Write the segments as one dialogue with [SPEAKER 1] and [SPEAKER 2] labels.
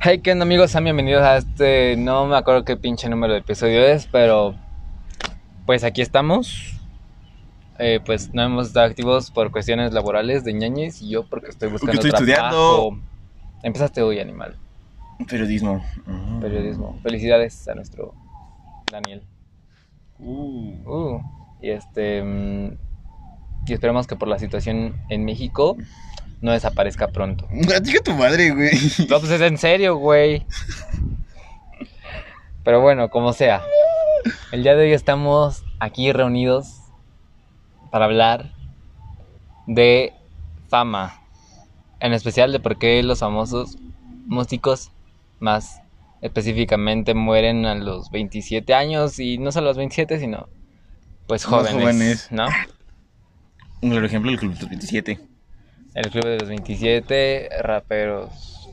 [SPEAKER 1] Hey, ¿qué onda amigos? Sean bienvenidos a este, no me acuerdo qué pinche número de episodio es, pero pues aquí estamos. Eh, pues no hemos estado activos por cuestiones laborales de ñañez y yo porque estoy buscando
[SPEAKER 2] estoy
[SPEAKER 1] trabajo.
[SPEAKER 2] estudiando.
[SPEAKER 1] Empezaste hoy, animal.
[SPEAKER 2] Periodismo. Ujú.
[SPEAKER 1] Periodismo. Felicidades a nuestro Daniel.
[SPEAKER 2] Uh.
[SPEAKER 1] Uh, y este mm, y esperemos que por la situación en México no desaparezca pronto.
[SPEAKER 2] Diga tu madre, güey.
[SPEAKER 1] No, pues es en serio, güey. Pero bueno, como sea. El día de hoy estamos aquí reunidos para hablar de fama. En especial de por qué los famosos músicos más específicamente mueren a los 27 años y no solo a los 27, sino pues
[SPEAKER 2] Más
[SPEAKER 1] jóvenes,
[SPEAKER 2] jóvenes.
[SPEAKER 1] ¿no?
[SPEAKER 2] Por ejemplo, el Club de los 27.
[SPEAKER 1] El club de los 27 raperos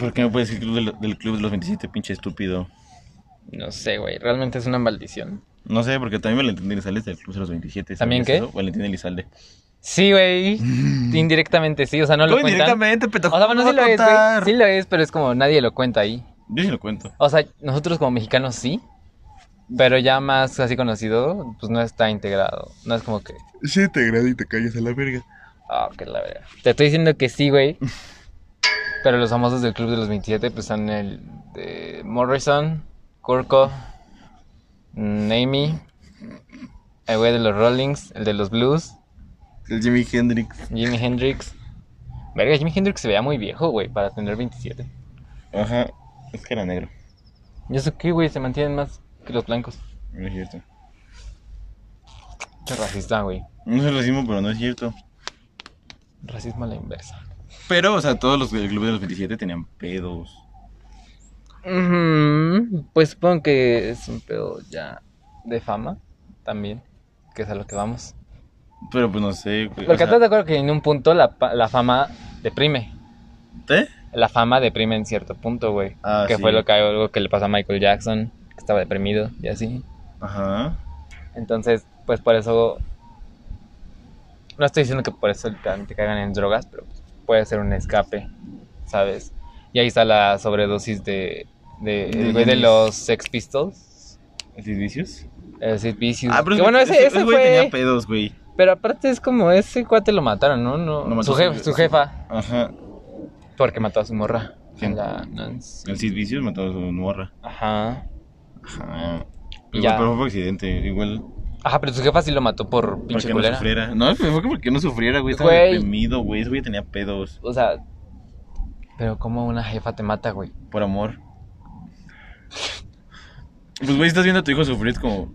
[SPEAKER 2] ¿Por qué no puedes decir club de lo- del Club de los 27, pinche estúpido?
[SPEAKER 1] no sé, güey, realmente es una maldición.
[SPEAKER 2] No sé, porque también Valentín Elizalde es del Club de los 27. ¿sabes
[SPEAKER 1] ¿También qué?
[SPEAKER 2] eso? Valentín Elizalde.
[SPEAKER 1] Sí, güey. Indirectamente, sí. O sea, Mm. no lo
[SPEAKER 2] Voy
[SPEAKER 1] cuentan.
[SPEAKER 2] directamente, pero
[SPEAKER 1] O sea, bueno, sí lo es, güey. Sí lo es, pero es como nadie lo cuenta ahí.
[SPEAKER 2] Yo sí lo cuento.
[SPEAKER 1] O sea, nosotros como mexicanos sí. Pero ya más así conocido, pues no está integrado. No es como que.
[SPEAKER 2] Sí, te agrada y te callas a la verga.
[SPEAKER 1] Ah, que la verdad. Te estoy diciendo que sí, güey. Pero los famosos del Club de los 27, pues son el de Morrison, Kurko, Amy, el güey de los Rollings, el de los Blues.
[SPEAKER 2] El Jimi Hendrix.
[SPEAKER 1] Jimi Hendrix. Verga, Jimi Hendrix se veía muy viejo, güey, para tener 27.
[SPEAKER 2] Ajá. Es que era negro.
[SPEAKER 1] ¿Y eso qué, güey? Se mantienen más que los blancos.
[SPEAKER 2] No es cierto.
[SPEAKER 1] Qué racista, güey.
[SPEAKER 2] No es racismo, pero no es cierto.
[SPEAKER 1] Racismo a la inversa.
[SPEAKER 2] Pero, o sea, todos los del Club de los 27 tenían pedos.
[SPEAKER 1] pues supongo que es un pedo ya de fama también, que es a lo que vamos.
[SPEAKER 2] Pero pues no sé, güey.
[SPEAKER 1] Porque
[SPEAKER 2] o sea,
[SPEAKER 1] estás de acuerdo que en un punto la, pa- la fama deprime.
[SPEAKER 2] ¿Eh?
[SPEAKER 1] La fama deprime en cierto punto, güey.
[SPEAKER 2] Ah,
[SPEAKER 1] que
[SPEAKER 2] sí.
[SPEAKER 1] fue lo que, algo que le pasó a Michael Jackson, que estaba deprimido y así.
[SPEAKER 2] Ajá.
[SPEAKER 1] Entonces, pues por eso. No estoy diciendo que por eso te, te cagan en drogas, pero puede ser un escape, ¿sabes? Y ahí está la sobredosis de. de
[SPEAKER 2] De
[SPEAKER 1] el güey de
[SPEAKER 2] Janis.
[SPEAKER 1] los Sex Pistols.
[SPEAKER 2] ¿Sid Vicious?
[SPEAKER 1] El Sid Vicious.
[SPEAKER 2] Ah, pero
[SPEAKER 1] Que
[SPEAKER 2] ese-
[SPEAKER 1] bueno, ese,
[SPEAKER 2] ese-
[SPEAKER 1] ese
[SPEAKER 2] ese güey
[SPEAKER 1] fue.
[SPEAKER 2] tenía pedos, güey.
[SPEAKER 1] Pero aparte es como ese cuate lo mataron, ¿no? no,
[SPEAKER 2] Lo mató
[SPEAKER 1] su,
[SPEAKER 2] su-
[SPEAKER 1] jef- su jefa.
[SPEAKER 2] Ajá.
[SPEAKER 1] Porque mató a su morra.
[SPEAKER 2] ¿Quién?
[SPEAKER 1] a la Nancy.
[SPEAKER 2] El Sid Vicious mató a su morra.
[SPEAKER 1] Ajá.
[SPEAKER 2] Ajá.
[SPEAKER 1] Y
[SPEAKER 2] Igual,
[SPEAKER 1] ya.
[SPEAKER 2] pero fue por accidente. Igual.
[SPEAKER 1] Ajá, pero su jefa sí lo mató por pinche
[SPEAKER 2] Porque no
[SPEAKER 1] culera.
[SPEAKER 2] sufriera. No, fue fue porque no sufriera, güey. Estaba
[SPEAKER 1] Güey.
[SPEAKER 2] deprimido, güey. Ese güey tenía pedos.
[SPEAKER 1] o sea. Pero como una jefa te mata, güey.
[SPEAKER 2] Por amor. Pues, güey, estás viendo a tu hijo sufrir es como.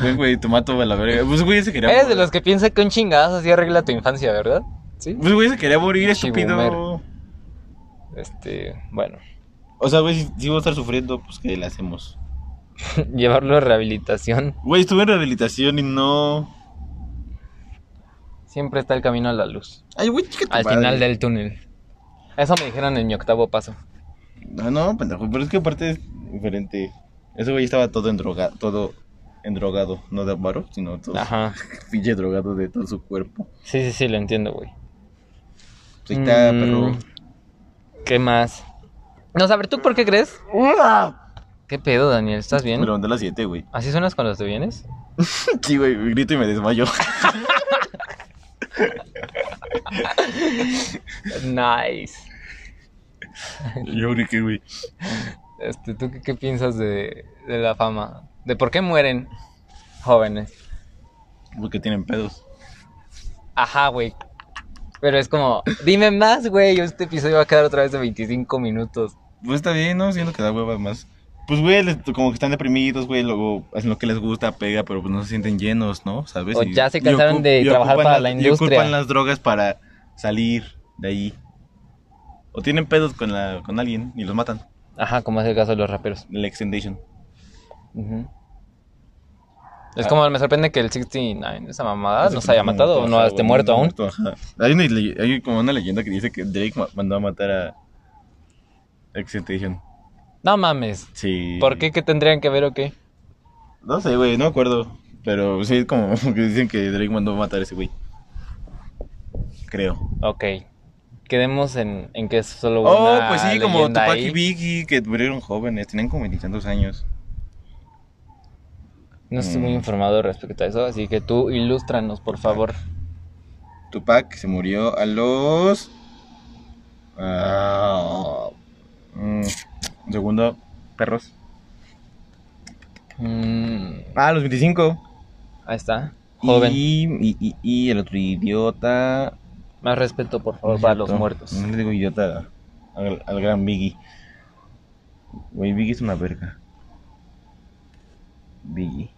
[SPEAKER 2] Güey, güey, te mato a la verga. Pues, güey, se quería
[SPEAKER 1] Eres de
[SPEAKER 2] morir.
[SPEAKER 1] los que piensa que un chingadazo así arregla tu infancia, ¿verdad? Sí.
[SPEAKER 2] Pues, güey, se quería morir,
[SPEAKER 1] Pinche
[SPEAKER 2] estúpido.
[SPEAKER 1] boomer. Este, bueno,
[SPEAKER 2] O sea, güey, si, si voy a estar sufriendo, pues, ¿qué le hacemos?
[SPEAKER 1] llevarlo a rehabilitación.
[SPEAKER 2] Güey, estuve en rehabilitación y no.
[SPEAKER 1] Siempre está el camino a la luz.
[SPEAKER 2] Ay, güey, chica tu
[SPEAKER 1] Al
[SPEAKER 2] madre.
[SPEAKER 1] final del túnel. Eso me dijeron en mi octavo paso.
[SPEAKER 2] No, Ah, no, pendejo, pero es que aparte es diferente. Ese güey estaba todo en droga, todo endrogado, no de avaro, sino todo
[SPEAKER 1] Ajá.
[SPEAKER 2] pinche drogado de todo su cuerpo. Pues
[SPEAKER 1] Sí, sí, sí, lo entiendo, güey.
[SPEAKER 2] Ahí está,
[SPEAKER 1] Mm.
[SPEAKER 2] perro.
[SPEAKER 1] ¿Qué más? No, a ver, ¿tú por qué crees? ¿Qué pedo, Daniel? ¿Estás bien?
[SPEAKER 2] Me levanté a las 7, güey.
[SPEAKER 1] ¿Así suenas cuando te vienes?
[SPEAKER 2] Sí, güey, grito y me desmayo.
[SPEAKER 1] Nice.
[SPEAKER 2] Yo grité, güey.
[SPEAKER 1] Este, ¿Tú qué, qué piensas de, de la fama? ¿De por qué mueren jóvenes?
[SPEAKER 2] Porque tienen pedos.
[SPEAKER 1] Ajá, güey. Pero es como, dime más, güey. Este episodio va a quedar otra vez de 25 minutos.
[SPEAKER 2] Pues está bien, ¿no? Siento que da hueva más. Pues, güey, les- como que están deprimidos, güey, luego hacen lo que les gusta, pega, pero pues no se sienten llenos, ¿no? ¿Sabes?
[SPEAKER 1] O
[SPEAKER 2] Y-
[SPEAKER 1] ya se
[SPEAKER 2] y
[SPEAKER 1] cansaron
[SPEAKER 2] ocu-
[SPEAKER 1] de
[SPEAKER 2] y
[SPEAKER 1] trabajar
[SPEAKER 2] ocupan
[SPEAKER 1] para
[SPEAKER 2] las-
[SPEAKER 1] la
[SPEAKER 2] Y
[SPEAKER 1] industria.
[SPEAKER 2] ocupan las drogas para salir de ahí. O tienen pedos con, la, con alguien y los matan.
[SPEAKER 1] Ajá, como es el caso de los raperos.
[SPEAKER 2] El Extendation.
[SPEAKER 1] Ujú. Es
[SPEAKER 2] Ah.
[SPEAKER 1] como, me sorprende que el 69, esa mamada,
[SPEAKER 2] Eso
[SPEAKER 1] nos
[SPEAKER 2] que
[SPEAKER 1] haya
[SPEAKER 2] como
[SPEAKER 1] matado o Ah, no
[SPEAKER 2] ajá,
[SPEAKER 1] esté
[SPEAKER 2] güey,
[SPEAKER 1] muerto
[SPEAKER 2] no,
[SPEAKER 1] aún.
[SPEAKER 2] muerto, ajá. Hay, una, le- hay como una leyenda que dice que Drake ma- mandó a matar a Extentation.
[SPEAKER 1] No mames.
[SPEAKER 2] Sí.
[SPEAKER 1] ¿Por qué? ¿Qué tendrían que ver o qué?
[SPEAKER 2] No sé, güey, no me acuerdo. Pero sí, como que dicen que Drake mandó a matar a ese güey. Creo.
[SPEAKER 1] Ok. quedemos en, en que es solo una
[SPEAKER 2] Oh, pues sí, como
[SPEAKER 1] leyenda
[SPEAKER 2] Tupac
[SPEAKER 1] ahí.
[SPEAKER 2] y Biggie, que murieron jóvenes, tenían como veintitantos años.
[SPEAKER 1] No estoy muy
[SPEAKER 2] Mm.
[SPEAKER 1] informado respecto a eso, así que tú ilústranos, por favor.
[SPEAKER 2] Tupac se murió a los. ah, mm, un segundo, perros.
[SPEAKER 1] Mm,
[SPEAKER 2] Ah, a los 25.
[SPEAKER 1] ahí está. Joven.
[SPEAKER 2] Y, y, y- y el otro idiota.
[SPEAKER 1] Más respeto, por favor, para los
[SPEAKER 2] Cierto.
[SPEAKER 1] muertos.
[SPEAKER 2] No le digo idiota al, al gran Biggie. Güey, Biggie es una verga. Biggie.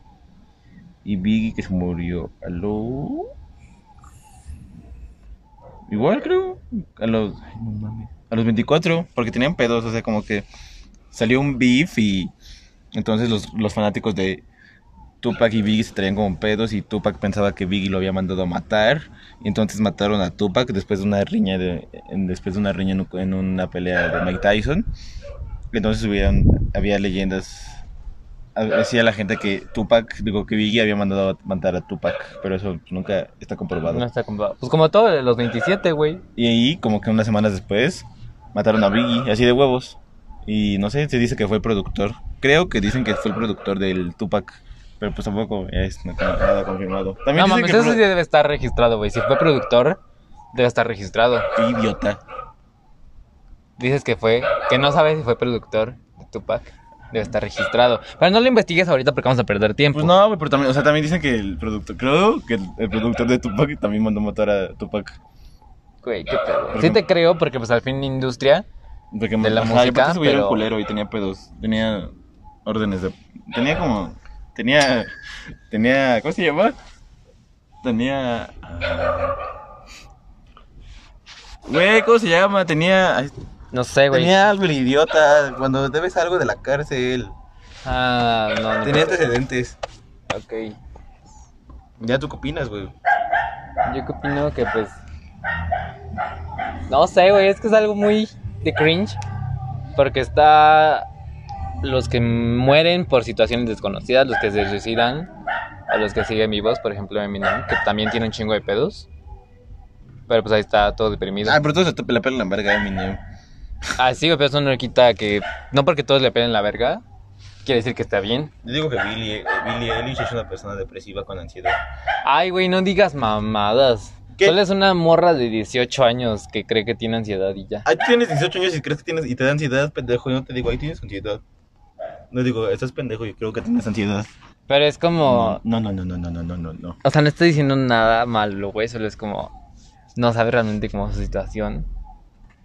[SPEAKER 2] Y Biggie que se murió a los. Igual creo. A los. ay, no mames, A los 24. Porque tenían pedos. O sea, como que salió un beef y. Entonces los, los fanáticos de Tupac y Biggie se traían como pedos y Tupac pensaba que Biggie lo había mandado a matar. Y entonces mataron a Tupac después de una riña de, en- después de una riña en, un- en una pelea de Mike Tyson. Entonces hubieron, había leyendas. ha- Decía la gente que Tupac, digo que Biggie había mandado a matar a Tupac, pero eso nunca está comprobado.
[SPEAKER 1] No está comprobado. Pues como todo de los 27, güey.
[SPEAKER 2] Y ahí, como que unas semanas después, mataron a Biggie, así de huevos. Y no sé, se dice que fue el productor. Creo que dicen que fue el productor del Tupac. Pero pues tampoco es na- nada confirmado. También
[SPEAKER 1] No
[SPEAKER 2] dicen
[SPEAKER 1] mames,
[SPEAKER 2] que
[SPEAKER 1] eso
[SPEAKER 2] fue
[SPEAKER 1] sí debe estar registrado, güey. Si fue productor, debe estar registrado.
[SPEAKER 2] Qué idiota.
[SPEAKER 1] Dices que fue, que no sabes si fue productor de Tupac. Debe estar registrado. Pero no lo investigues ahorita porque vamos a perder tiempo.
[SPEAKER 2] Pues no, güey, pero también, o sea, también dicen que el productor, creo que el, el productor de Tupac también mandó matar a Tupac.
[SPEAKER 1] Güey, qué pedo.
[SPEAKER 2] Por
[SPEAKER 1] Sí
[SPEAKER 2] ejemplo.
[SPEAKER 1] te creo porque pues al fin industria.
[SPEAKER 2] Porque
[SPEAKER 1] De la
[SPEAKER 2] ajá, y
[SPEAKER 1] música,
[SPEAKER 2] aparte ese güey era un
[SPEAKER 1] pero-
[SPEAKER 2] culero y tenía pedos, tenía órdenes de, tenía como, tenía, tenía, ¿cómo se llama? Tenía, ah, güey, ¿cómo se llama? Tenía, ay,
[SPEAKER 1] No sé, güey.
[SPEAKER 2] tenía algo el idiota, cuando debes algo de la cárcel,
[SPEAKER 1] Ah, no, no.
[SPEAKER 2] tenía antecedentes.
[SPEAKER 1] Ok.
[SPEAKER 2] Ya tú qué opinas, güey.
[SPEAKER 1] Yo que opino que pues... No sé, güey, es que es algo muy de cringe. Porque está los que mueren por situaciones desconocidas, los que se suicidan, a los que siguen vivos, por ejemplo Eminem, que también tiene un chingo de pedos. Pero pues ahí está todo deprimido.
[SPEAKER 2] Ah, pero todo se te la pela la verga, eh, Eminem.
[SPEAKER 1] Ah, sí, güey, pero eso no le quita que... No porque todos le peguen la verga, quiere decir que está bien.
[SPEAKER 2] Yo digo que Billy, Billy Eilish es una persona depresiva con ansiedad.
[SPEAKER 1] Ay, güey, no digas mamadas.
[SPEAKER 2] ¿Qué?
[SPEAKER 1] Solo es una morra de 18 años que cree que tiene ansiedad y ya.
[SPEAKER 2] Ahí tienes 18 años y crees que tienes y te da ansiedad, pendejo. Yo no te digo, ahí tienes ansiedad. No digo, estás pendejo y creo que tienes ansiedad.
[SPEAKER 1] Pero es como...
[SPEAKER 2] No, no, no, no, no, no, no, no, no.
[SPEAKER 1] O sea, no estoy diciendo nada malo, güey. Solo es como. No sabe realmente cómo es su situación.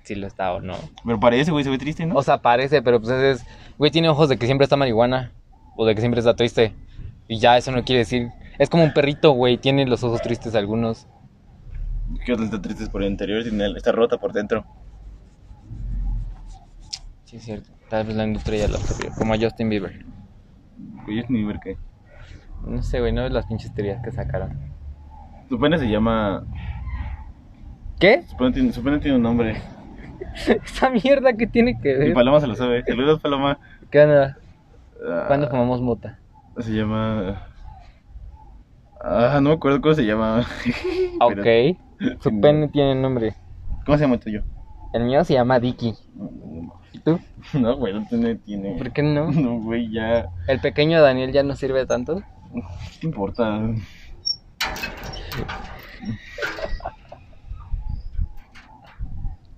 [SPEAKER 1] Si lo está o no.
[SPEAKER 2] Pero parece, güey, se ve triste, ¿no?
[SPEAKER 1] O sea, parece, pero pues es. Güey, tiene ojos de que siempre está marihuana. O de que siempre está triste. Y ya, eso no quiere decir. Es como un perrito, güey. Tiene los ojos tristes algunos.
[SPEAKER 2] que está triste por el interior, tiene- está rota por dentro.
[SPEAKER 1] Sí, es cierto. Tal vez la industria ya lo absorbió. Como a Justin Bieber.
[SPEAKER 2] Güey, es ni ver qué.
[SPEAKER 1] No sé, güey. No ves las pinches teorías que sacaron.
[SPEAKER 2] Su pene se llama.
[SPEAKER 1] ¿Qué?
[SPEAKER 2] Su pene tiene, su pene tiene un nombre.
[SPEAKER 1] Esa mierda que tiene que
[SPEAKER 2] Y
[SPEAKER 1] ver.
[SPEAKER 2] Paloma se lo sabe. Saludos, Paloma.
[SPEAKER 1] ¿Qué onda?
[SPEAKER 2] Ah,
[SPEAKER 1] ¿Cuándo fumamos mota?
[SPEAKER 2] Se llama. Ah, no me acuerdo cómo se llama.
[SPEAKER 1] Ah,
[SPEAKER 2] Pero-
[SPEAKER 1] Ok. Su
[SPEAKER 2] No.
[SPEAKER 1] pene tiene nombre.
[SPEAKER 2] ¿Cómo se llama el tuyo?
[SPEAKER 1] El mío se llama Dicky. ¿Y tú?
[SPEAKER 2] No, güey, no tiene. tiene...
[SPEAKER 1] ¿Por qué no?
[SPEAKER 2] No, güey, ya.
[SPEAKER 1] El pequeño Daniel ya no sirve tanto.
[SPEAKER 2] ¿Qué te importa?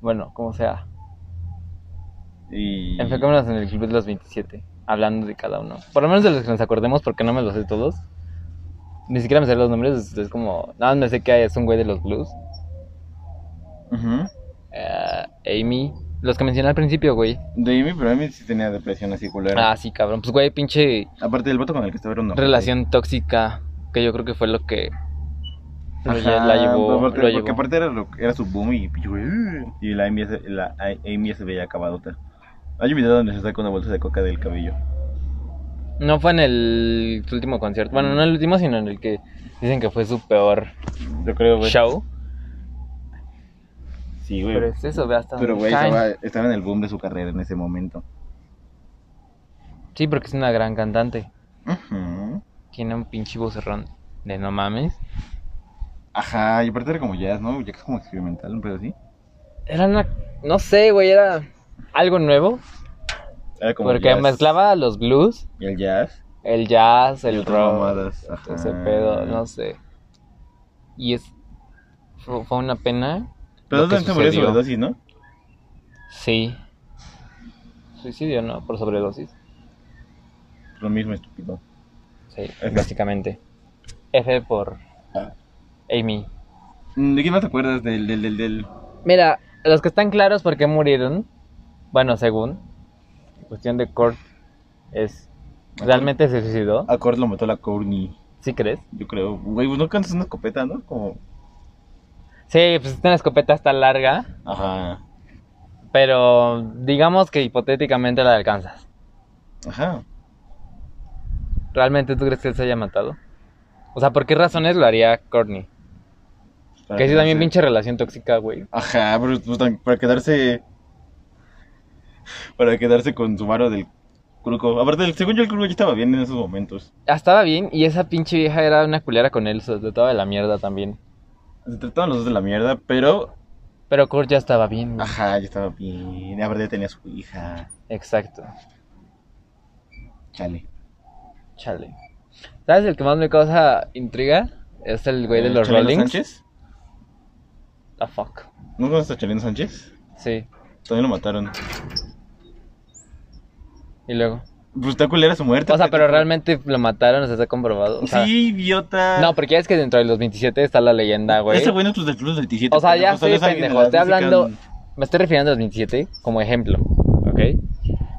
[SPEAKER 1] Bueno, como sea.
[SPEAKER 2] Y...
[SPEAKER 1] Enfocémonos en el club de los 27, hablando de cada uno. Por lo menos de los que nos acordemos, porque no me los sé todos. Ni siquiera me sé los nombres, es, es como... Nada más me sé que es un güey de los blues.
[SPEAKER 2] Ujú.
[SPEAKER 1] Eh, Amy. Los que mencioné al principio, güey.
[SPEAKER 2] De Amy, pero Amy sí tenía depresión así culera.
[SPEAKER 1] Ah, sí, cabrón. Pues, güey, pinche
[SPEAKER 2] Aparte del voto con el que estaba era un hombre.
[SPEAKER 1] relación tóxica, que yo creo que fue lo que... lo
[SPEAKER 2] Ajá, pues,
[SPEAKER 1] lle- la llevó...
[SPEAKER 2] Porque,
[SPEAKER 1] lo
[SPEAKER 2] porque
[SPEAKER 1] llevó.
[SPEAKER 2] aparte era, lo- era su boom y pinche güey, "Ugh". Y la Amy, se- la A- Amy ya se veía acabadota. Hay un video donde se saca una bolsa de coca del cabello.
[SPEAKER 1] No fue en el último concierto. Bueno, no en el último, sino en el que dicen que fue su peor
[SPEAKER 2] Yo creo, güey.
[SPEAKER 1] show.
[SPEAKER 2] Sí, güey.
[SPEAKER 1] Pero es eso, ve hasta
[SPEAKER 2] Pero,
[SPEAKER 1] dónde
[SPEAKER 2] güey,
[SPEAKER 1] caen.
[SPEAKER 2] estaba, estaba en el boom de su carrera en ese momento.
[SPEAKER 1] Sí, porque es una gran cantante.
[SPEAKER 2] Ujú.
[SPEAKER 1] Tiene un pinche vocerrón de no mames.
[SPEAKER 2] Ajá, y aparte era como jazz, ¿no? Ya que es como experimental, un pedo así.
[SPEAKER 1] Era una. No sé, güey, era algo nuevo.
[SPEAKER 2] Era como
[SPEAKER 1] porque
[SPEAKER 2] jazz.
[SPEAKER 1] mezclaba los blues,
[SPEAKER 2] Y el jazz.
[SPEAKER 1] el jazz,
[SPEAKER 2] Y
[SPEAKER 1] el
[SPEAKER 2] otras
[SPEAKER 1] rock,
[SPEAKER 2] mamadas,
[SPEAKER 1] ese
[SPEAKER 2] ajá.
[SPEAKER 1] pedo, no sé. Y es. Fue fue una pena.
[SPEAKER 2] Pero
[SPEAKER 1] lo que
[SPEAKER 2] también se murió de
[SPEAKER 1] sucedió.
[SPEAKER 2] sobredosis, ¿no?
[SPEAKER 1] Sí. Suicidio, ¿no? Por sobredosis.
[SPEAKER 2] Lo mismo, estúpido.
[SPEAKER 1] Sí, básicamente. F por Amy.
[SPEAKER 2] Mm, ¿De qué más te acuerdas? Del, del, del, del...
[SPEAKER 1] Mira, los que están claros por qué murieron, bueno, según, cuestión de Kurt, es, ¿realmente se suicidó?
[SPEAKER 2] A Kurt lo mató la Courtney,
[SPEAKER 1] ¿Sí crees?
[SPEAKER 2] yo creo. Güey, pues no cantas una escopeta, ¿no? Como...
[SPEAKER 1] Sí, pues esta escopeta está larga,
[SPEAKER 2] Ajá.
[SPEAKER 1] pero digamos que hipotéticamente la alcanzas.
[SPEAKER 2] Ajá.
[SPEAKER 1] ¿Realmente tú crees que él se haya matado? O sea, ¿por qué razones lo haría Courtney?
[SPEAKER 2] Para
[SPEAKER 1] Que sí, también
[SPEAKER 2] quedarse-
[SPEAKER 1] pinche relación tóxica, güey.
[SPEAKER 2] Ajá, pero, pues, tan- para quedarse... Para quedarse con su varo del cruco. Aparte, según yo, el cruco ya estaba bien en esos momentos.
[SPEAKER 1] Ah, Estaba bien, y esa pinche vieja era una culera con él, se trataba de la mierda también.
[SPEAKER 2] Se trataban los dos de la mierda, pero...
[SPEAKER 1] Pero Kurt ya estaba bien, güey.
[SPEAKER 2] Ajá, ya estaba bien. Aparte, ya tenía su hija.
[SPEAKER 1] Exacto.
[SPEAKER 2] Chale.
[SPEAKER 1] Chale. ¿Sabes el que más me causa intriga? Es el güey de
[SPEAKER 2] Eh,
[SPEAKER 1] los
[SPEAKER 2] ¿Chalino
[SPEAKER 1] Rollings.
[SPEAKER 2] Sánchez?
[SPEAKER 1] The fuck.
[SPEAKER 2] ¿No conoces a Chalino Sánchez?
[SPEAKER 1] Sí.
[SPEAKER 2] También lo mataron.
[SPEAKER 1] Y luego.
[SPEAKER 2] Pues está culera su muerte.
[SPEAKER 1] O sea, pero realmente lo mataron, o sea, está comprobado. O sea,
[SPEAKER 2] Sí, idiota.
[SPEAKER 1] No, porque es que dentro de los 27 está la leyenda, güey.
[SPEAKER 2] Ese güey no es del Club 27.
[SPEAKER 1] O sea, ya
[SPEAKER 2] pendejo, solo
[SPEAKER 1] estoy
[SPEAKER 2] es alguien de
[SPEAKER 1] pendejo.
[SPEAKER 2] las
[SPEAKER 1] Estoy
[SPEAKER 2] músicas-
[SPEAKER 1] hablando. Me estoy refiriendo a los 27 como ejemplo, ¿ok?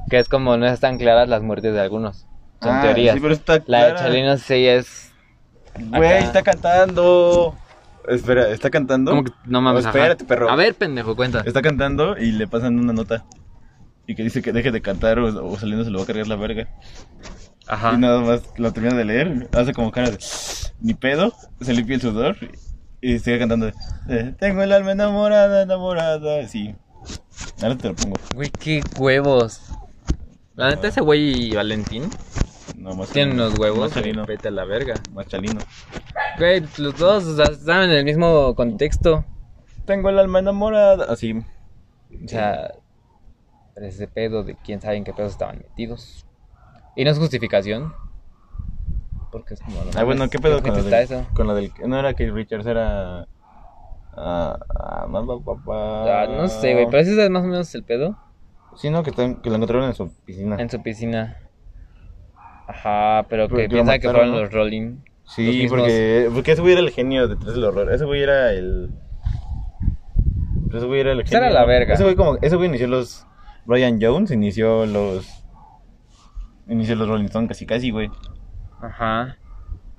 [SPEAKER 1] Que es como no están claras las muertes de algunos. Son
[SPEAKER 2] Ah,
[SPEAKER 1] teorías.
[SPEAKER 2] Sí, pero está
[SPEAKER 1] La de
[SPEAKER 2] clara.
[SPEAKER 1] Chalino sí es.
[SPEAKER 2] Güey,
[SPEAKER 1] Acá.
[SPEAKER 2] está cantando. Espera, ¿está cantando?
[SPEAKER 1] como que- No mames.
[SPEAKER 2] Oh,
[SPEAKER 1] ajá.
[SPEAKER 2] espérate, perro.
[SPEAKER 1] A ver, pendejo, cuenta.
[SPEAKER 2] Está cantando y le pasan una nota. Y que dice que deje de cantar o, o saliendo se lo va a cargar la verga.
[SPEAKER 1] Ajá.
[SPEAKER 2] Y nada más lo termina de leer. Hace como cara de. Ni pedo. Se limpia el sudor. Y sigue cantando. eh, Tengo el alma enamorada, enamorada. Sí. Ahora te lo pongo.
[SPEAKER 1] Güey, qué huevos. La neta, ese güey y Valentín
[SPEAKER 2] No, más
[SPEAKER 1] tienen
[SPEAKER 2] Chalino.
[SPEAKER 1] unos huevos.
[SPEAKER 2] Más chalino.
[SPEAKER 1] güey, Vete a la verga.
[SPEAKER 2] Más chalino.
[SPEAKER 1] Güey, los dos o sea, estaban en el mismo contexto.
[SPEAKER 2] Tengo el alma enamorada. Así.
[SPEAKER 1] O sea, pero ese pedo de quién sabe en qué pedos estaban metidos. Y no es justificación. Porque es como. no
[SPEAKER 2] Ah, bueno,
[SPEAKER 1] mames,
[SPEAKER 2] ¿qué pedo con
[SPEAKER 1] ojete
[SPEAKER 2] la,
[SPEAKER 1] está
[SPEAKER 2] del,
[SPEAKER 1] eso?
[SPEAKER 2] con la del- No era que Richards era. Ah, ah, ma, ma, ma, ma.
[SPEAKER 1] Ah, no sé, güey, pero ese es más o menos el pedo.
[SPEAKER 2] Sí, no, que, tan- que lo encontraron en su piscina.
[SPEAKER 1] En su piscina. Ajá, pero
[SPEAKER 2] Pero
[SPEAKER 1] que
[SPEAKER 2] Pues lo
[SPEAKER 1] piensa que
[SPEAKER 2] mataron,
[SPEAKER 1] fueron
[SPEAKER 2] ¿no?
[SPEAKER 1] los Rolling. los
[SPEAKER 2] Sí,
[SPEAKER 1] mismos-
[SPEAKER 2] porque, porque ese güey era el genio detrás del horror. Ese güey era el. pero Ese güey era el
[SPEAKER 1] Pues
[SPEAKER 2] genio.
[SPEAKER 1] era la verga.
[SPEAKER 2] Ese güey, como, ese güey inició los. Brian Jones inició los. Inició los Rolling Stones casi casi, güey.
[SPEAKER 1] Ajá.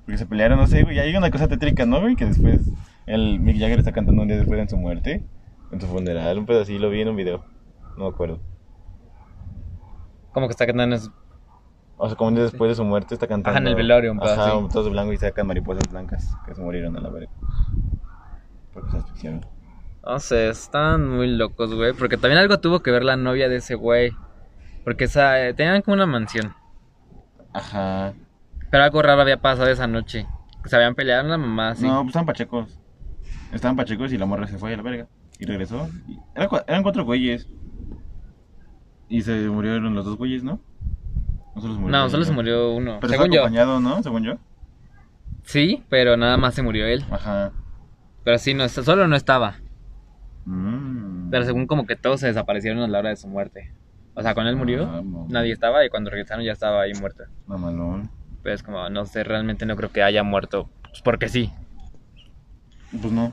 [SPEAKER 2] Porque se pelearon, no sé, güey. Hay una cosa tétrica, ¿no, güey? Que después el Mick Jagger está cantando un día después en su muerte, en su funeral, un pedo así, lo vi en un video. No me acuerdo.
[SPEAKER 1] Como que está cantando en su
[SPEAKER 2] O sea, como un día después de su muerte está cantando.
[SPEAKER 1] Ajá, en el velorio, un pedo
[SPEAKER 2] Ajá,
[SPEAKER 1] así.
[SPEAKER 2] todos de blanco y sacan mariposas blancas que se murieron a la verga. Porque se asfixiaron.
[SPEAKER 1] No sé, están muy locos, güey. Porque también algo tuvo que ver la novia de ese güey. Porque esa, eh, tenían como una mansión.
[SPEAKER 2] Ajá.
[SPEAKER 1] Ah, Pero algo raro había pasado esa noche. Se habían peleado en la mamá, sí.
[SPEAKER 2] No, pues estaban pachecos. Estaban pachecos y la morra se fue a la verga. Y regresó. Y- era cua- eran cuatro güeyes. Y se murieron los dos güeyes, ¿no? No, solo se murió,
[SPEAKER 1] No,
[SPEAKER 2] uno,
[SPEAKER 1] solo se murió uno.
[SPEAKER 2] Pero
[SPEAKER 1] Según
[SPEAKER 2] estaba
[SPEAKER 1] yo.
[SPEAKER 2] acompañado, ¿no? Según yo.
[SPEAKER 1] Sí, pero nada más se murió él.
[SPEAKER 2] Ajá.
[SPEAKER 1] Pero sí, no, está- solo no estaba.
[SPEAKER 2] Mm.
[SPEAKER 1] Pero según como que todos se desaparecieron a la hora de su muerte. O sea, cuando él murió,
[SPEAKER 2] Ah, no.
[SPEAKER 1] nadie estaba y cuando regresaron ya estaba ahí muerto.
[SPEAKER 2] Mamalón.
[SPEAKER 1] Pero es como, no sé, realmente no creo que haya muerto. Pues porque sí.
[SPEAKER 2] Pues no.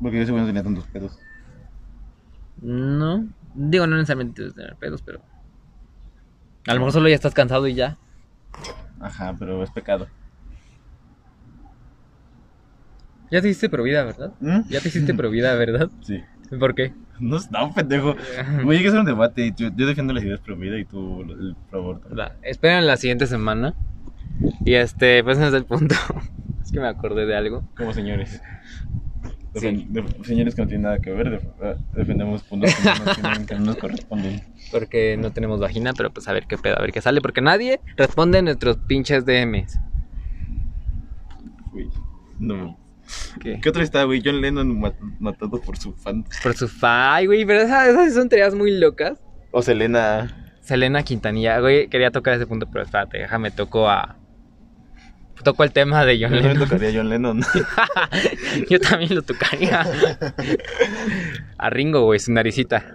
[SPEAKER 2] Porque yo seguro no tenía tantos pedos.
[SPEAKER 1] No, digo, no necesariamente debes tener pedos, pero. A lo mejor solo ya estás cansado y ya.
[SPEAKER 2] Ajá, pero es pecado.
[SPEAKER 1] Ya te hiciste pro vida, ¿verdad?
[SPEAKER 2] ¿Mm?
[SPEAKER 1] Ya te hiciste pro vida, ¿verdad?
[SPEAKER 2] Sí.
[SPEAKER 1] ¿Por qué?
[SPEAKER 2] No, no, pendejo. Güey, hay que hacer un debate. Yo, yo defiendo las ideas pro vida y tú el pro aborto.
[SPEAKER 1] Va, Esperen la siguiente semana. Y este, pues ese es el punto. es que me acordé de algo.
[SPEAKER 2] Como señores.
[SPEAKER 1] Sí.
[SPEAKER 2] Defen- def- señores que no tienen nada que ver, def- eh, defendemos puntos que no, nos tienen- que no nos corresponden.
[SPEAKER 1] Porque no tenemos vagina, pero pues a ver qué pedo, a ver qué sale. Porque nadie responde a nuestros pinches DMs.
[SPEAKER 2] Güey, no.
[SPEAKER 1] ¿Qué?
[SPEAKER 2] ¿Qué otra está, güey? John Lennon mat- matado por su fan.
[SPEAKER 1] Por su fa, ay, güey, pero esas, esas sí son teorías muy locas.
[SPEAKER 2] O Selena.
[SPEAKER 1] Selena Quintanilla, güey, quería tocar ese punto, pero espérate, déjame toco a. Toco el tema de
[SPEAKER 2] Yo
[SPEAKER 1] John
[SPEAKER 2] no me
[SPEAKER 1] Lennon.
[SPEAKER 2] tocaría a John Lennon.
[SPEAKER 1] Yo también lo tocaría. A Ringo, güey, su naricita.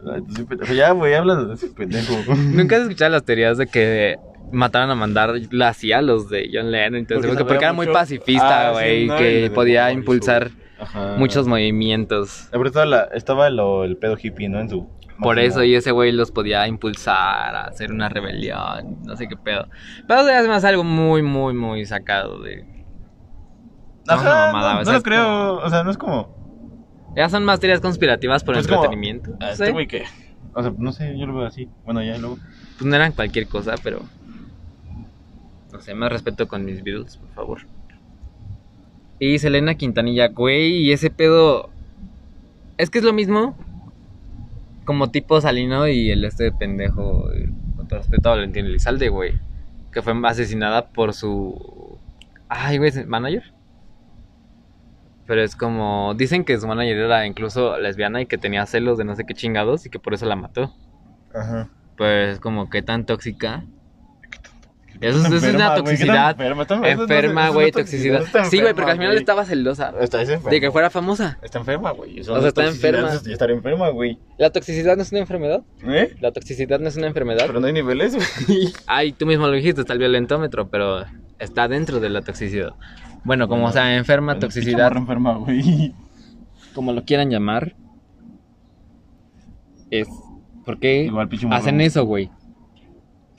[SPEAKER 2] Pues ya, güey, habla de ese pendejo.
[SPEAKER 1] Nunca has escuchado las teorías de que mataron a mandar la CIA a los de John Lennon. Entonces, porque,
[SPEAKER 2] sabía
[SPEAKER 1] porque era muy
[SPEAKER 2] mucho-
[SPEAKER 1] pacifista,
[SPEAKER 2] Ah, sí,
[SPEAKER 1] güey,
[SPEAKER 2] no, y
[SPEAKER 1] que
[SPEAKER 2] le
[SPEAKER 1] podía
[SPEAKER 2] dejó su-
[SPEAKER 1] impulsar
[SPEAKER 2] Ajá.
[SPEAKER 1] muchos movimientos.
[SPEAKER 2] Pero estaba, la- estaba lo- el pedo hippie, ¿no? En su.
[SPEAKER 1] Por
[SPEAKER 2] máximo.
[SPEAKER 1] eso, y ese güey los podía impulsar a hacer una rebelión, no sé qué pedo. Pero eso ya es más algo muy, muy, muy sacado de... No,
[SPEAKER 2] Ajá,
[SPEAKER 1] una mamada,
[SPEAKER 2] no,
[SPEAKER 1] o
[SPEAKER 2] no
[SPEAKER 1] sea,
[SPEAKER 2] lo
[SPEAKER 1] es
[SPEAKER 2] creo.
[SPEAKER 1] como-
[SPEAKER 2] O sea, no es como.
[SPEAKER 1] Ya son más teorías conspirativas por
[SPEAKER 2] Pues como-
[SPEAKER 1] entretenimiento.
[SPEAKER 2] ah,
[SPEAKER 1] Sí.
[SPEAKER 2] Este güey que. O sea, no sé, yo lo veo así. Bueno, ya luego.
[SPEAKER 1] Pues no eran cualquier cosa, pero... No sé, más respeto con mis Beatles, por favor. Y Selena Quintanilla, güey, y ese pedo... Es que es lo mismo como tipo Salino y el este pendejo, eh, con todo respeto a Valentín Elizalde, güey, que fue asesinada por su... Ay, güey, ¿es manager. Pero es como... Dicen que su manager era incluso lesbiana y que tenía celos de no sé qué chingados y que por eso la mató.
[SPEAKER 2] Ajá.
[SPEAKER 1] Pues como que tan tóxica. Eso, es- eso es una toxicidad.
[SPEAKER 2] Enferma, está- eso no-
[SPEAKER 1] enferma,
[SPEAKER 2] eso no
[SPEAKER 1] güey,
[SPEAKER 2] es
[SPEAKER 1] toxicidad.
[SPEAKER 2] eso está
[SPEAKER 1] Sí, güey, porque al
[SPEAKER 2] enferma,
[SPEAKER 1] final estaba celosa
[SPEAKER 2] Está, es enferma.
[SPEAKER 1] de que fuera famosa.
[SPEAKER 2] Está enferma, güey. Eso
[SPEAKER 1] O
[SPEAKER 2] no
[SPEAKER 1] sea,
[SPEAKER 2] es
[SPEAKER 1] está
[SPEAKER 2] toxicidad,
[SPEAKER 1] enferma.
[SPEAKER 2] eso es estar enferma, güey.
[SPEAKER 1] ¿La toxicidad no es una enfermedad?
[SPEAKER 2] ¿Eh?
[SPEAKER 1] ¿La toxicidad no es una enfermedad?
[SPEAKER 2] Pero no hay niveles, güey.
[SPEAKER 1] Ay, tú mismo lo dijiste, está el violentómetro, pero está dentro de la toxicidad. Bueno, como
[SPEAKER 2] Bueno,
[SPEAKER 1] sea, enferma,
[SPEAKER 2] Bueno,
[SPEAKER 1] toxicidad,
[SPEAKER 2] pinche morra enferma, güey.
[SPEAKER 1] como lo quieran llamar, es... ¿Por qué
[SPEAKER 2] Igual, pinche morra.
[SPEAKER 1] hacen eso, güey?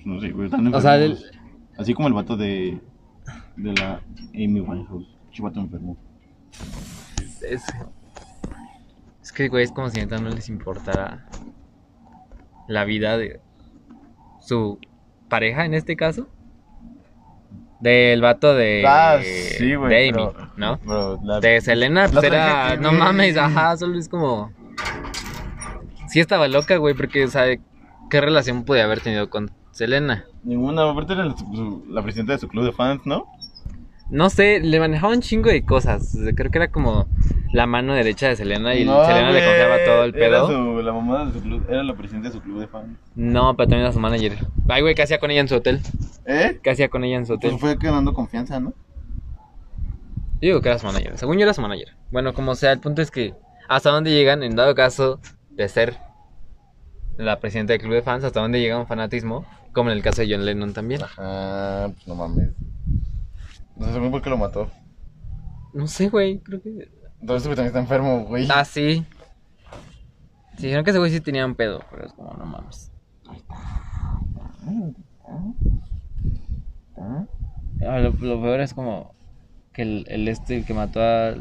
[SPEAKER 2] No sé, güey. Están
[SPEAKER 1] O sea,
[SPEAKER 2] enfermos.
[SPEAKER 1] el-
[SPEAKER 2] Así como el vato de. De la Amy Winehouse. Pinche vato enfermo.
[SPEAKER 1] es... Es que, güey, es como si neta no les importara la vida de su pareja, en este caso. Del vato de...
[SPEAKER 2] Ah, sí, güey.
[SPEAKER 1] de Amy,
[SPEAKER 2] pero-
[SPEAKER 1] ¿no?
[SPEAKER 2] pero la-
[SPEAKER 1] De Selena,
[SPEAKER 2] La
[SPEAKER 1] pues
[SPEAKER 2] otra
[SPEAKER 1] era.
[SPEAKER 2] gente,
[SPEAKER 1] No
[SPEAKER 2] güey.
[SPEAKER 1] mames, ajá, solo es como. Sí estaba loca, güey, porque, o sea, ¿qué relación pude haber tenido con Selena?
[SPEAKER 2] Ninguna, aparte era su- su- la presidenta de su club de fans, ¿no?
[SPEAKER 1] No sé, le manejaba un chingo de cosas. Creo que era como la mano derecha de Selena y
[SPEAKER 2] No,
[SPEAKER 1] Selena le
[SPEAKER 2] güey,
[SPEAKER 1] confiaba todo el
[SPEAKER 2] Era
[SPEAKER 1] pedo.
[SPEAKER 2] su- la mamá de su club, era la presidenta de su club de fans.
[SPEAKER 1] No, pero también era su manager. Ay, güey, ¿qué hacía con ella en su hotel?
[SPEAKER 2] ¿Eh?
[SPEAKER 1] ¿Qué hacía con ella en su hotel?
[SPEAKER 2] Pues fue ganando confianza, ¿no?
[SPEAKER 1] Yo digo que era su manager. Según yo era su manager. Bueno, como sea, el punto es que hasta dónde llegan, en dado caso de ser la presidenta del club de fans, hasta dónde llega un fanatismo, como en el caso de John Lennon también.
[SPEAKER 2] Ajá, pues no mames. No sé según por qué lo mató.
[SPEAKER 1] No sé, güey, creo que...
[SPEAKER 2] Entonces güey también está enfermo, güey.
[SPEAKER 1] Ah, sí. Sí, dijeron que ese güey sí tenía un pedo, pero es como, no mames. Ah, Lo, lo peor es como que el, el este el que mató a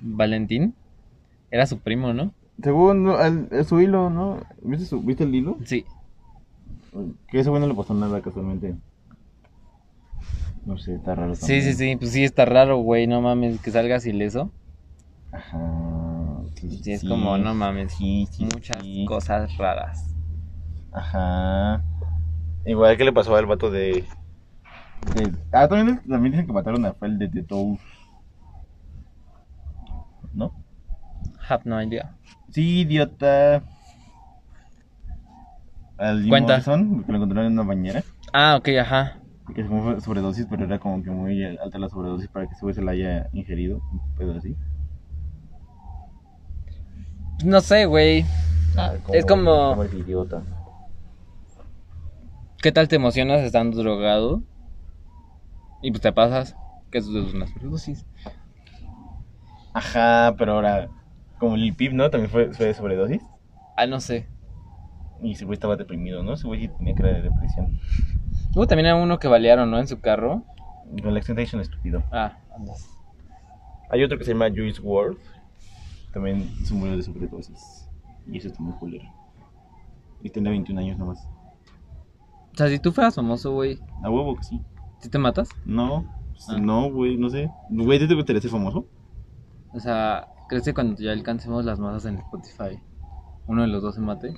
[SPEAKER 1] Valentín era su primo, ¿no?
[SPEAKER 2] Según ¿no? Al- es su hilo, ¿no? ¿Viste, su- ¿Viste el hilo?
[SPEAKER 1] Sí.
[SPEAKER 2] Que ese güey no le pasó nada casualmente. No sé, está raro.
[SPEAKER 1] Sí,
[SPEAKER 2] también.
[SPEAKER 1] sí, sí, pues sí está raro, güey, no mames, que salgas ileso.
[SPEAKER 2] Ajá. Sí,
[SPEAKER 1] Sí, es como, no mames,
[SPEAKER 2] Sí, sí,
[SPEAKER 1] muchas
[SPEAKER 2] sí.
[SPEAKER 1] cosas raras.
[SPEAKER 2] Ajá. Igual que le pasó al vato de. de- Ah, también, también dicen que mataron a Fel de Tetou. ¿No?
[SPEAKER 1] Have no idea.
[SPEAKER 2] Sí, idiota. Al Jim
[SPEAKER 1] Cuenta.
[SPEAKER 2] Morrison, que lo encontraron en una bañera.
[SPEAKER 1] Ah, ok, ajá.
[SPEAKER 2] y Que fue sobredosis, pero era como que muy alta la sobredosis para que ese güey se la haya ingerido. Un pedo así.
[SPEAKER 1] No sé, güey. es Ah, como- como
[SPEAKER 2] el idiota.
[SPEAKER 1] ¿Qué tal te emocionas estando drogado? Y pues te pasas. Que eso es una sobredosis.
[SPEAKER 2] Ajá, pero ahora. Como Lil Pip, ¿no? También fue, fue de sobredosis.
[SPEAKER 1] Ah, no sé.
[SPEAKER 2] Y ese güey estaba deprimido, ¿no? Ese güey sí tenía cara de depresión.
[SPEAKER 1] Hubo también a uno que balearon, ¿no? En su carro.
[SPEAKER 2] Relax Temptation, estúpido.
[SPEAKER 1] Ah, andas.
[SPEAKER 2] Hay otro que se llama Juice WRLD. También se murió de sobredosis. Y eso está muy culero. Y tenía 21 años nomás.
[SPEAKER 1] O sea, si tú fueras famoso, güey,
[SPEAKER 2] A huevo que sí.
[SPEAKER 1] ¿sí te matas?
[SPEAKER 2] No. pues,
[SPEAKER 1] Ah.
[SPEAKER 2] No, güey, no sé. Güey, ¿te gustaría ser famoso?
[SPEAKER 1] O sea, ¿crees que cuando ya alcancemos las masas en Spotify, uno de los dos se mate?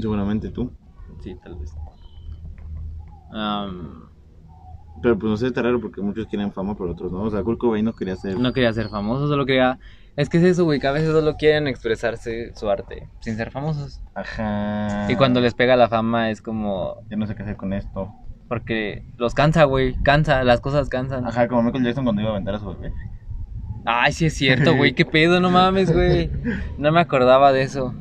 [SPEAKER 2] Seguramente tú.
[SPEAKER 1] Sí, tal vez. Am,
[SPEAKER 2] Pero pues no sé, está raro porque muchos quieren fama, pero otros no. O sea, Kurt Cobain no quería ser.
[SPEAKER 1] No quería ser famoso, solo quería... Es que es eso, güey, que a veces solo quieren expresarse su arte sin ser famosos.
[SPEAKER 2] Ajá.
[SPEAKER 1] Y cuando les pega la fama es como...
[SPEAKER 2] Ya no sé qué hacer con esto.
[SPEAKER 1] Porque los cansa, güey, cansa, las cosas cansan.
[SPEAKER 2] Ajá, como Michael Jackson cuando iba a aventar a su bebé.
[SPEAKER 1] Ay, sí es cierto, güey, qué pedo, no mames, güey. No me acordaba de eso.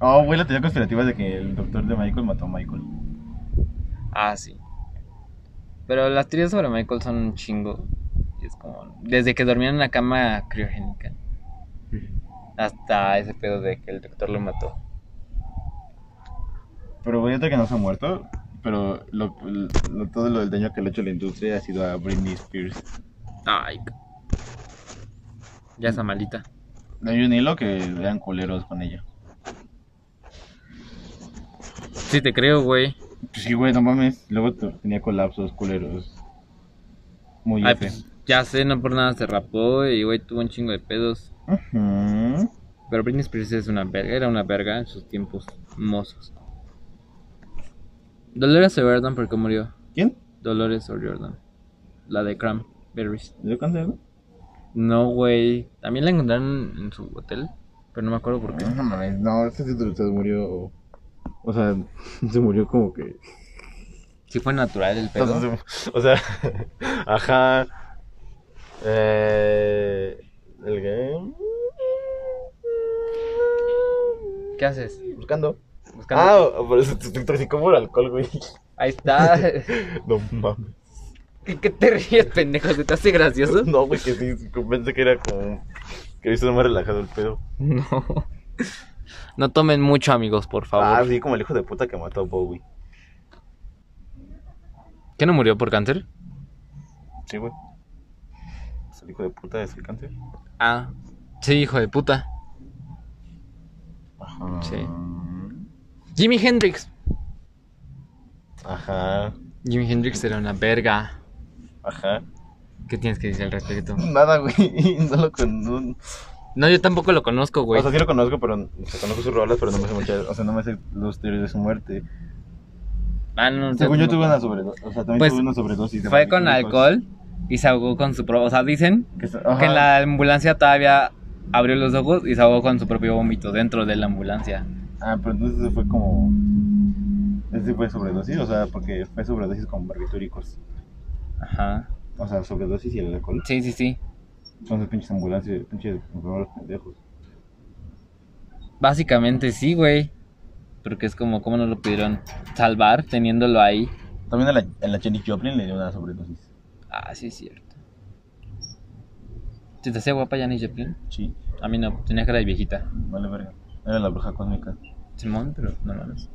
[SPEAKER 2] Oh, güey, la teoría conspirativa es de que el doctor de Michael mató a Michael.
[SPEAKER 1] Ah, sí. Pero las teorías sobre Michael son un chingo. Y es como. Desde que dormían en la cama criogénica. Hasta ese pedo de que el doctor lo mató.
[SPEAKER 2] Pero güey, ahorita que no se ha muerto. Pero lo, lo- todo lo del daño que le ha hecho la industria ha sido a Britney Spears.
[SPEAKER 1] Ay. c- Ya está malita.
[SPEAKER 2] Hay un hilo que eran culeros con ella.
[SPEAKER 1] Sí, te creo, güey.
[SPEAKER 2] Pues sí, güey, no mames. Luego tu- tenía colapsos culeros. Muy
[SPEAKER 1] Ay,
[SPEAKER 2] F.
[SPEAKER 1] pues, ya sé, no por nada se rapó y, güey, tuvo un chingo de pedos.
[SPEAKER 2] Ujú.
[SPEAKER 1] Pero Britney Spears es una verga, era una verga en sus tiempos mozos. Dolores O'Riordan, ¿por qué murió?
[SPEAKER 2] ¿Quién?
[SPEAKER 1] Dolores O'Riordan. La de Cranberries.
[SPEAKER 2] ¿Le dio cáncer?
[SPEAKER 1] No, güey. También la encontraron en su hotel, pero no me acuerdo por qué.
[SPEAKER 2] No mames, no, este título se murió. O sea, se murió como que.
[SPEAKER 1] Sí fue natural el
[SPEAKER 2] O
[SPEAKER 1] pedo.
[SPEAKER 2] sea, O sea, ajá. Eh, el game.
[SPEAKER 1] ¿Qué haces?
[SPEAKER 2] Buscando.
[SPEAKER 1] Buscando.
[SPEAKER 2] Ah, por eso te intoxicó el alcohol, güey.
[SPEAKER 1] Ahí está.
[SPEAKER 2] No mames.
[SPEAKER 1] ¿Qué, qué te ríes, pendejo? ¿Se te hace gracioso?
[SPEAKER 2] No, güey, que sí. Pensé que era como. Que hizo más relajado el pedo.
[SPEAKER 1] No. No tomen mucho, amigos, por favor.
[SPEAKER 2] Ah, sí, como el hijo de puta que mató a Bowie.
[SPEAKER 1] ¿Qué no murió por cáncer?
[SPEAKER 2] Sí, güey. Pues el hijo de puta es el cáncer.
[SPEAKER 1] Ah. Sí, hijo de puta.
[SPEAKER 2] Ajá.
[SPEAKER 1] Sí. Jimi Hendrix.
[SPEAKER 2] Ajá.
[SPEAKER 1] Jimi Hendrix era una verga.
[SPEAKER 2] Ajá.
[SPEAKER 1] ¿Qué tienes que decir al respecto?
[SPEAKER 2] Nada, güey. No lo conozco.
[SPEAKER 1] No, yo tampoco lo conozco, güey.
[SPEAKER 2] O sea, sí lo conozco, pero o sea, conozco sus rolas, pero no me sé muchas. O sea, no me sé los teorías de su muerte.
[SPEAKER 1] Ah, no, yo
[SPEAKER 2] Según yo
[SPEAKER 1] tampoco.
[SPEAKER 2] tuve una sobredosis. O sea, también
[SPEAKER 1] Pues,
[SPEAKER 2] tuve una sobredosis. de
[SPEAKER 1] Fue con
[SPEAKER 2] marihuana. pues,
[SPEAKER 1] alcohol y se ahogó con su propio. O sea, dicen
[SPEAKER 2] Que se- ajá.
[SPEAKER 1] que en la ambulancia todavía abrió los ojos y se ahogó con su propio vómito dentro de la ambulancia.
[SPEAKER 2] Ah, pero entonces ese fue como. Ese fue sobredosis, o sea, porque fue sobredosis con barbitúricos.
[SPEAKER 1] Ajá.
[SPEAKER 2] O sea, sobredosis y el alcohol.
[SPEAKER 1] Sí, sí, sí.
[SPEAKER 2] Son esos pinches ambulancias, pinches enfermeros pendejos.
[SPEAKER 1] Básicamente sí, güey. Porque es como, ¿cómo no lo pudieron salvar teniéndolo ahí?
[SPEAKER 2] También a la, a la Jenny Joplin le dio una sobredosis.
[SPEAKER 1] Ah, sí, es cierto. ¿Se te hacía guapa Janis Joplin?
[SPEAKER 2] Sí,
[SPEAKER 1] A mí no, tenía cara de viejita.
[SPEAKER 2] vale verga. Era la bruja cósmica.
[SPEAKER 1] Simón, pero no mames.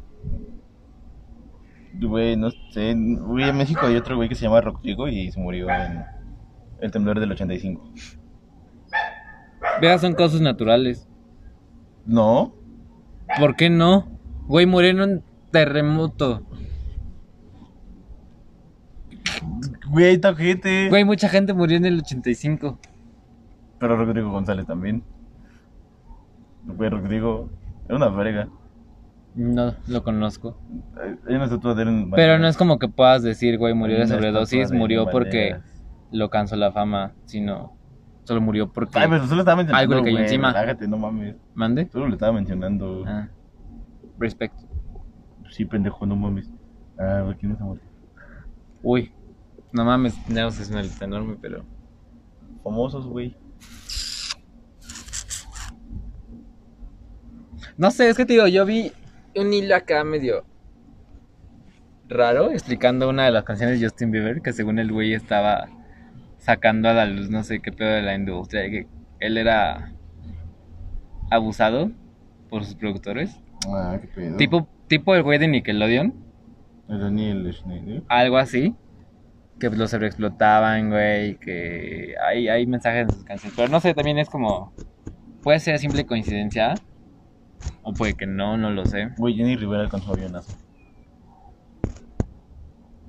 [SPEAKER 2] Güey, no sé. Güey, en México hay otro güey que se llama Rodrigo y se murió en el temblor del 85.
[SPEAKER 1] Veas, son cosas naturales.
[SPEAKER 2] No,
[SPEAKER 1] ¿Por qué no? Güey, murió en un terremoto.
[SPEAKER 2] güey, está ojete.
[SPEAKER 1] Güey, mucha gente murió en el 85.
[SPEAKER 2] Pero Rodrigo González también. Güey, Rodrigo, era una verga.
[SPEAKER 1] No lo conozco.
[SPEAKER 2] Hay una estatua de él en
[SPEAKER 1] Pero
[SPEAKER 2] Valleras.
[SPEAKER 1] no es como que puedas decir, güey, murió de
[SPEAKER 2] Hay una
[SPEAKER 1] sobredosis,
[SPEAKER 2] estatua de él
[SPEAKER 1] murió
[SPEAKER 2] en
[SPEAKER 1] porque
[SPEAKER 2] Valleras.
[SPEAKER 1] lo cansó la fama, sino solo murió porque.
[SPEAKER 2] Ay, pero solo estaba mencionando.
[SPEAKER 1] Algo le cayó
[SPEAKER 2] güey,
[SPEAKER 1] encima.
[SPEAKER 2] Relájate, no mames.
[SPEAKER 1] ¿Mande?
[SPEAKER 2] Solo le estaba mencionando.
[SPEAKER 1] Ah. Respect.
[SPEAKER 2] Sí, pendejo, no mames. Ah, güey, ¿quién es amor?
[SPEAKER 1] Uy. No mames, tenemos es una lista enorme, pero.
[SPEAKER 2] Famosos, güey.
[SPEAKER 1] No sé, es que te digo, yo vi un hilo acá medio raro explicando una de las canciones de Justin Bieber que según el güey estaba sacando a la luz no sé qué pedo de la industria, que él era abusado por sus productores.
[SPEAKER 2] Ah, qué pedo.
[SPEAKER 1] Tipo, tipo el güey de Nickelodeon,
[SPEAKER 2] El Daniel Schneider.
[SPEAKER 1] algo así, que los sobreexplotaban, güey, que hay, hay mensajes en sus canciones. Pero no sé, también es como, puede ser simple coincidencia, o puede que no, no lo sé.
[SPEAKER 2] Güey, Jenny Rivera alcanzó avionazo.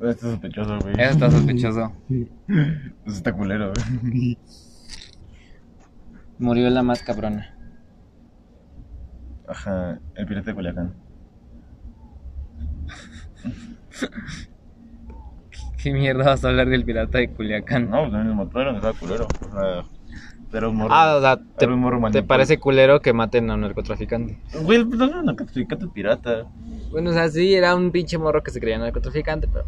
[SPEAKER 2] Esto es sospechoso, güey.
[SPEAKER 1] Eso está Este sospechoso.
[SPEAKER 2] Eso está culero, güey.
[SPEAKER 1] Murió la más cabrona.
[SPEAKER 2] Ajá, el pirata de Culiacán.
[SPEAKER 1] ¿Qué mierda vas a hablar del pirata de Culiacán?
[SPEAKER 2] No, pues también lo mataron, estaba culero. O sea, Era un morro.
[SPEAKER 1] Ah, o sea, ¿te,
[SPEAKER 2] era un morro
[SPEAKER 1] te
[SPEAKER 2] manipulado.
[SPEAKER 1] parece culero que maten a un narcotraficante?
[SPEAKER 2] Güey, pues, no era narcotraficante pirata.
[SPEAKER 1] Bueno, o sea, sí, era un pinche morro que se creía narcotraficante, pero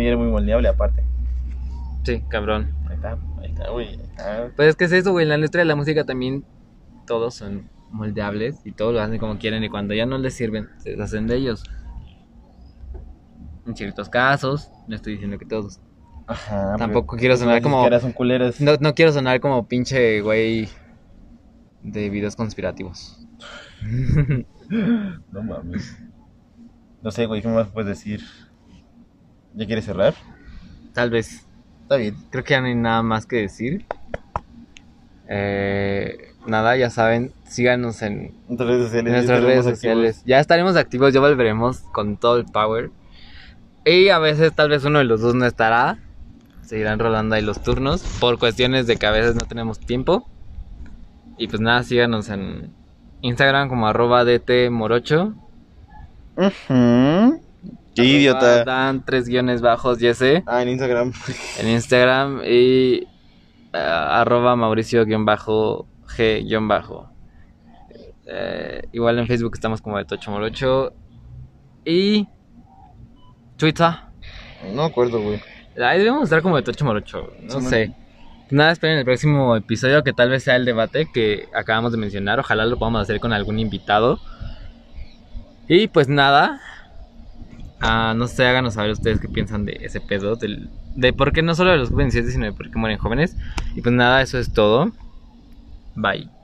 [SPEAKER 2] Y era muy moldeable aparte.
[SPEAKER 1] sí, cabrón.
[SPEAKER 2] Ahí está, ahí está, güey. Ahí está.
[SPEAKER 1] Pues es que es eso, güey, en la industria de la música también todos son moldeables y todos lo hacen como quieren y cuando ya no les sirven, se deshacen de ellos. En ciertos casos, no estoy diciendo que todos.
[SPEAKER 2] Ajá. pues,
[SPEAKER 1] Tampoco quiero sonar como...
[SPEAKER 2] Eras un culeras.
[SPEAKER 1] No, no quiero sonar como pinche güey de videos conspirativos.
[SPEAKER 2] No mames. No sé, güey, ¿qué más puedes decir? ¿Ya quieres cerrar?
[SPEAKER 1] Tal vez.
[SPEAKER 2] Está bien.
[SPEAKER 1] Creo que ya no hay nada más que decir. Eh, nada, ya saben, síganos en
[SPEAKER 2] Nuestras redes sociales.
[SPEAKER 1] nuestras redes
[SPEAKER 2] estaremos activos.
[SPEAKER 1] sociales. Ya estaremos activos, ya volveremos con todo el power. Y a veces tal vez uno de los dos no estará. Se irán rolando ahí los turnos por cuestiones de que a veces no tenemos tiempo. Y pues nada, síganos en Instagram como arroba dtmorocho.
[SPEAKER 2] Ujú. Qué
[SPEAKER 1] Arroba
[SPEAKER 2] idiota.
[SPEAKER 1] Dan tres guiones bajos, yese.
[SPEAKER 2] Ah, en Instagram.
[SPEAKER 1] En Instagram y eh, arroba mauricio guión bajo g guión bajo. Eh, igual en Facebook estamos como de Tocho Morocho. Y Twitter.
[SPEAKER 2] No me acuerdo, güey.
[SPEAKER 1] Ahí debemos estar como de Tocho Morocho. No
[SPEAKER 2] Sí,
[SPEAKER 1] sé. Nada, esperen el próximo episodio que tal vez sea el debate que acabamos de mencionar. Ojalá lo podamos hacer con algún invitado. Y pues nada. Ah, no sé, háganos saber ustedes qué piensan de ese pedo. del- de por qué no solo de los jóvenes, sino de por qué mueren jóvenes. Y pues nada, eso es todo. Bye.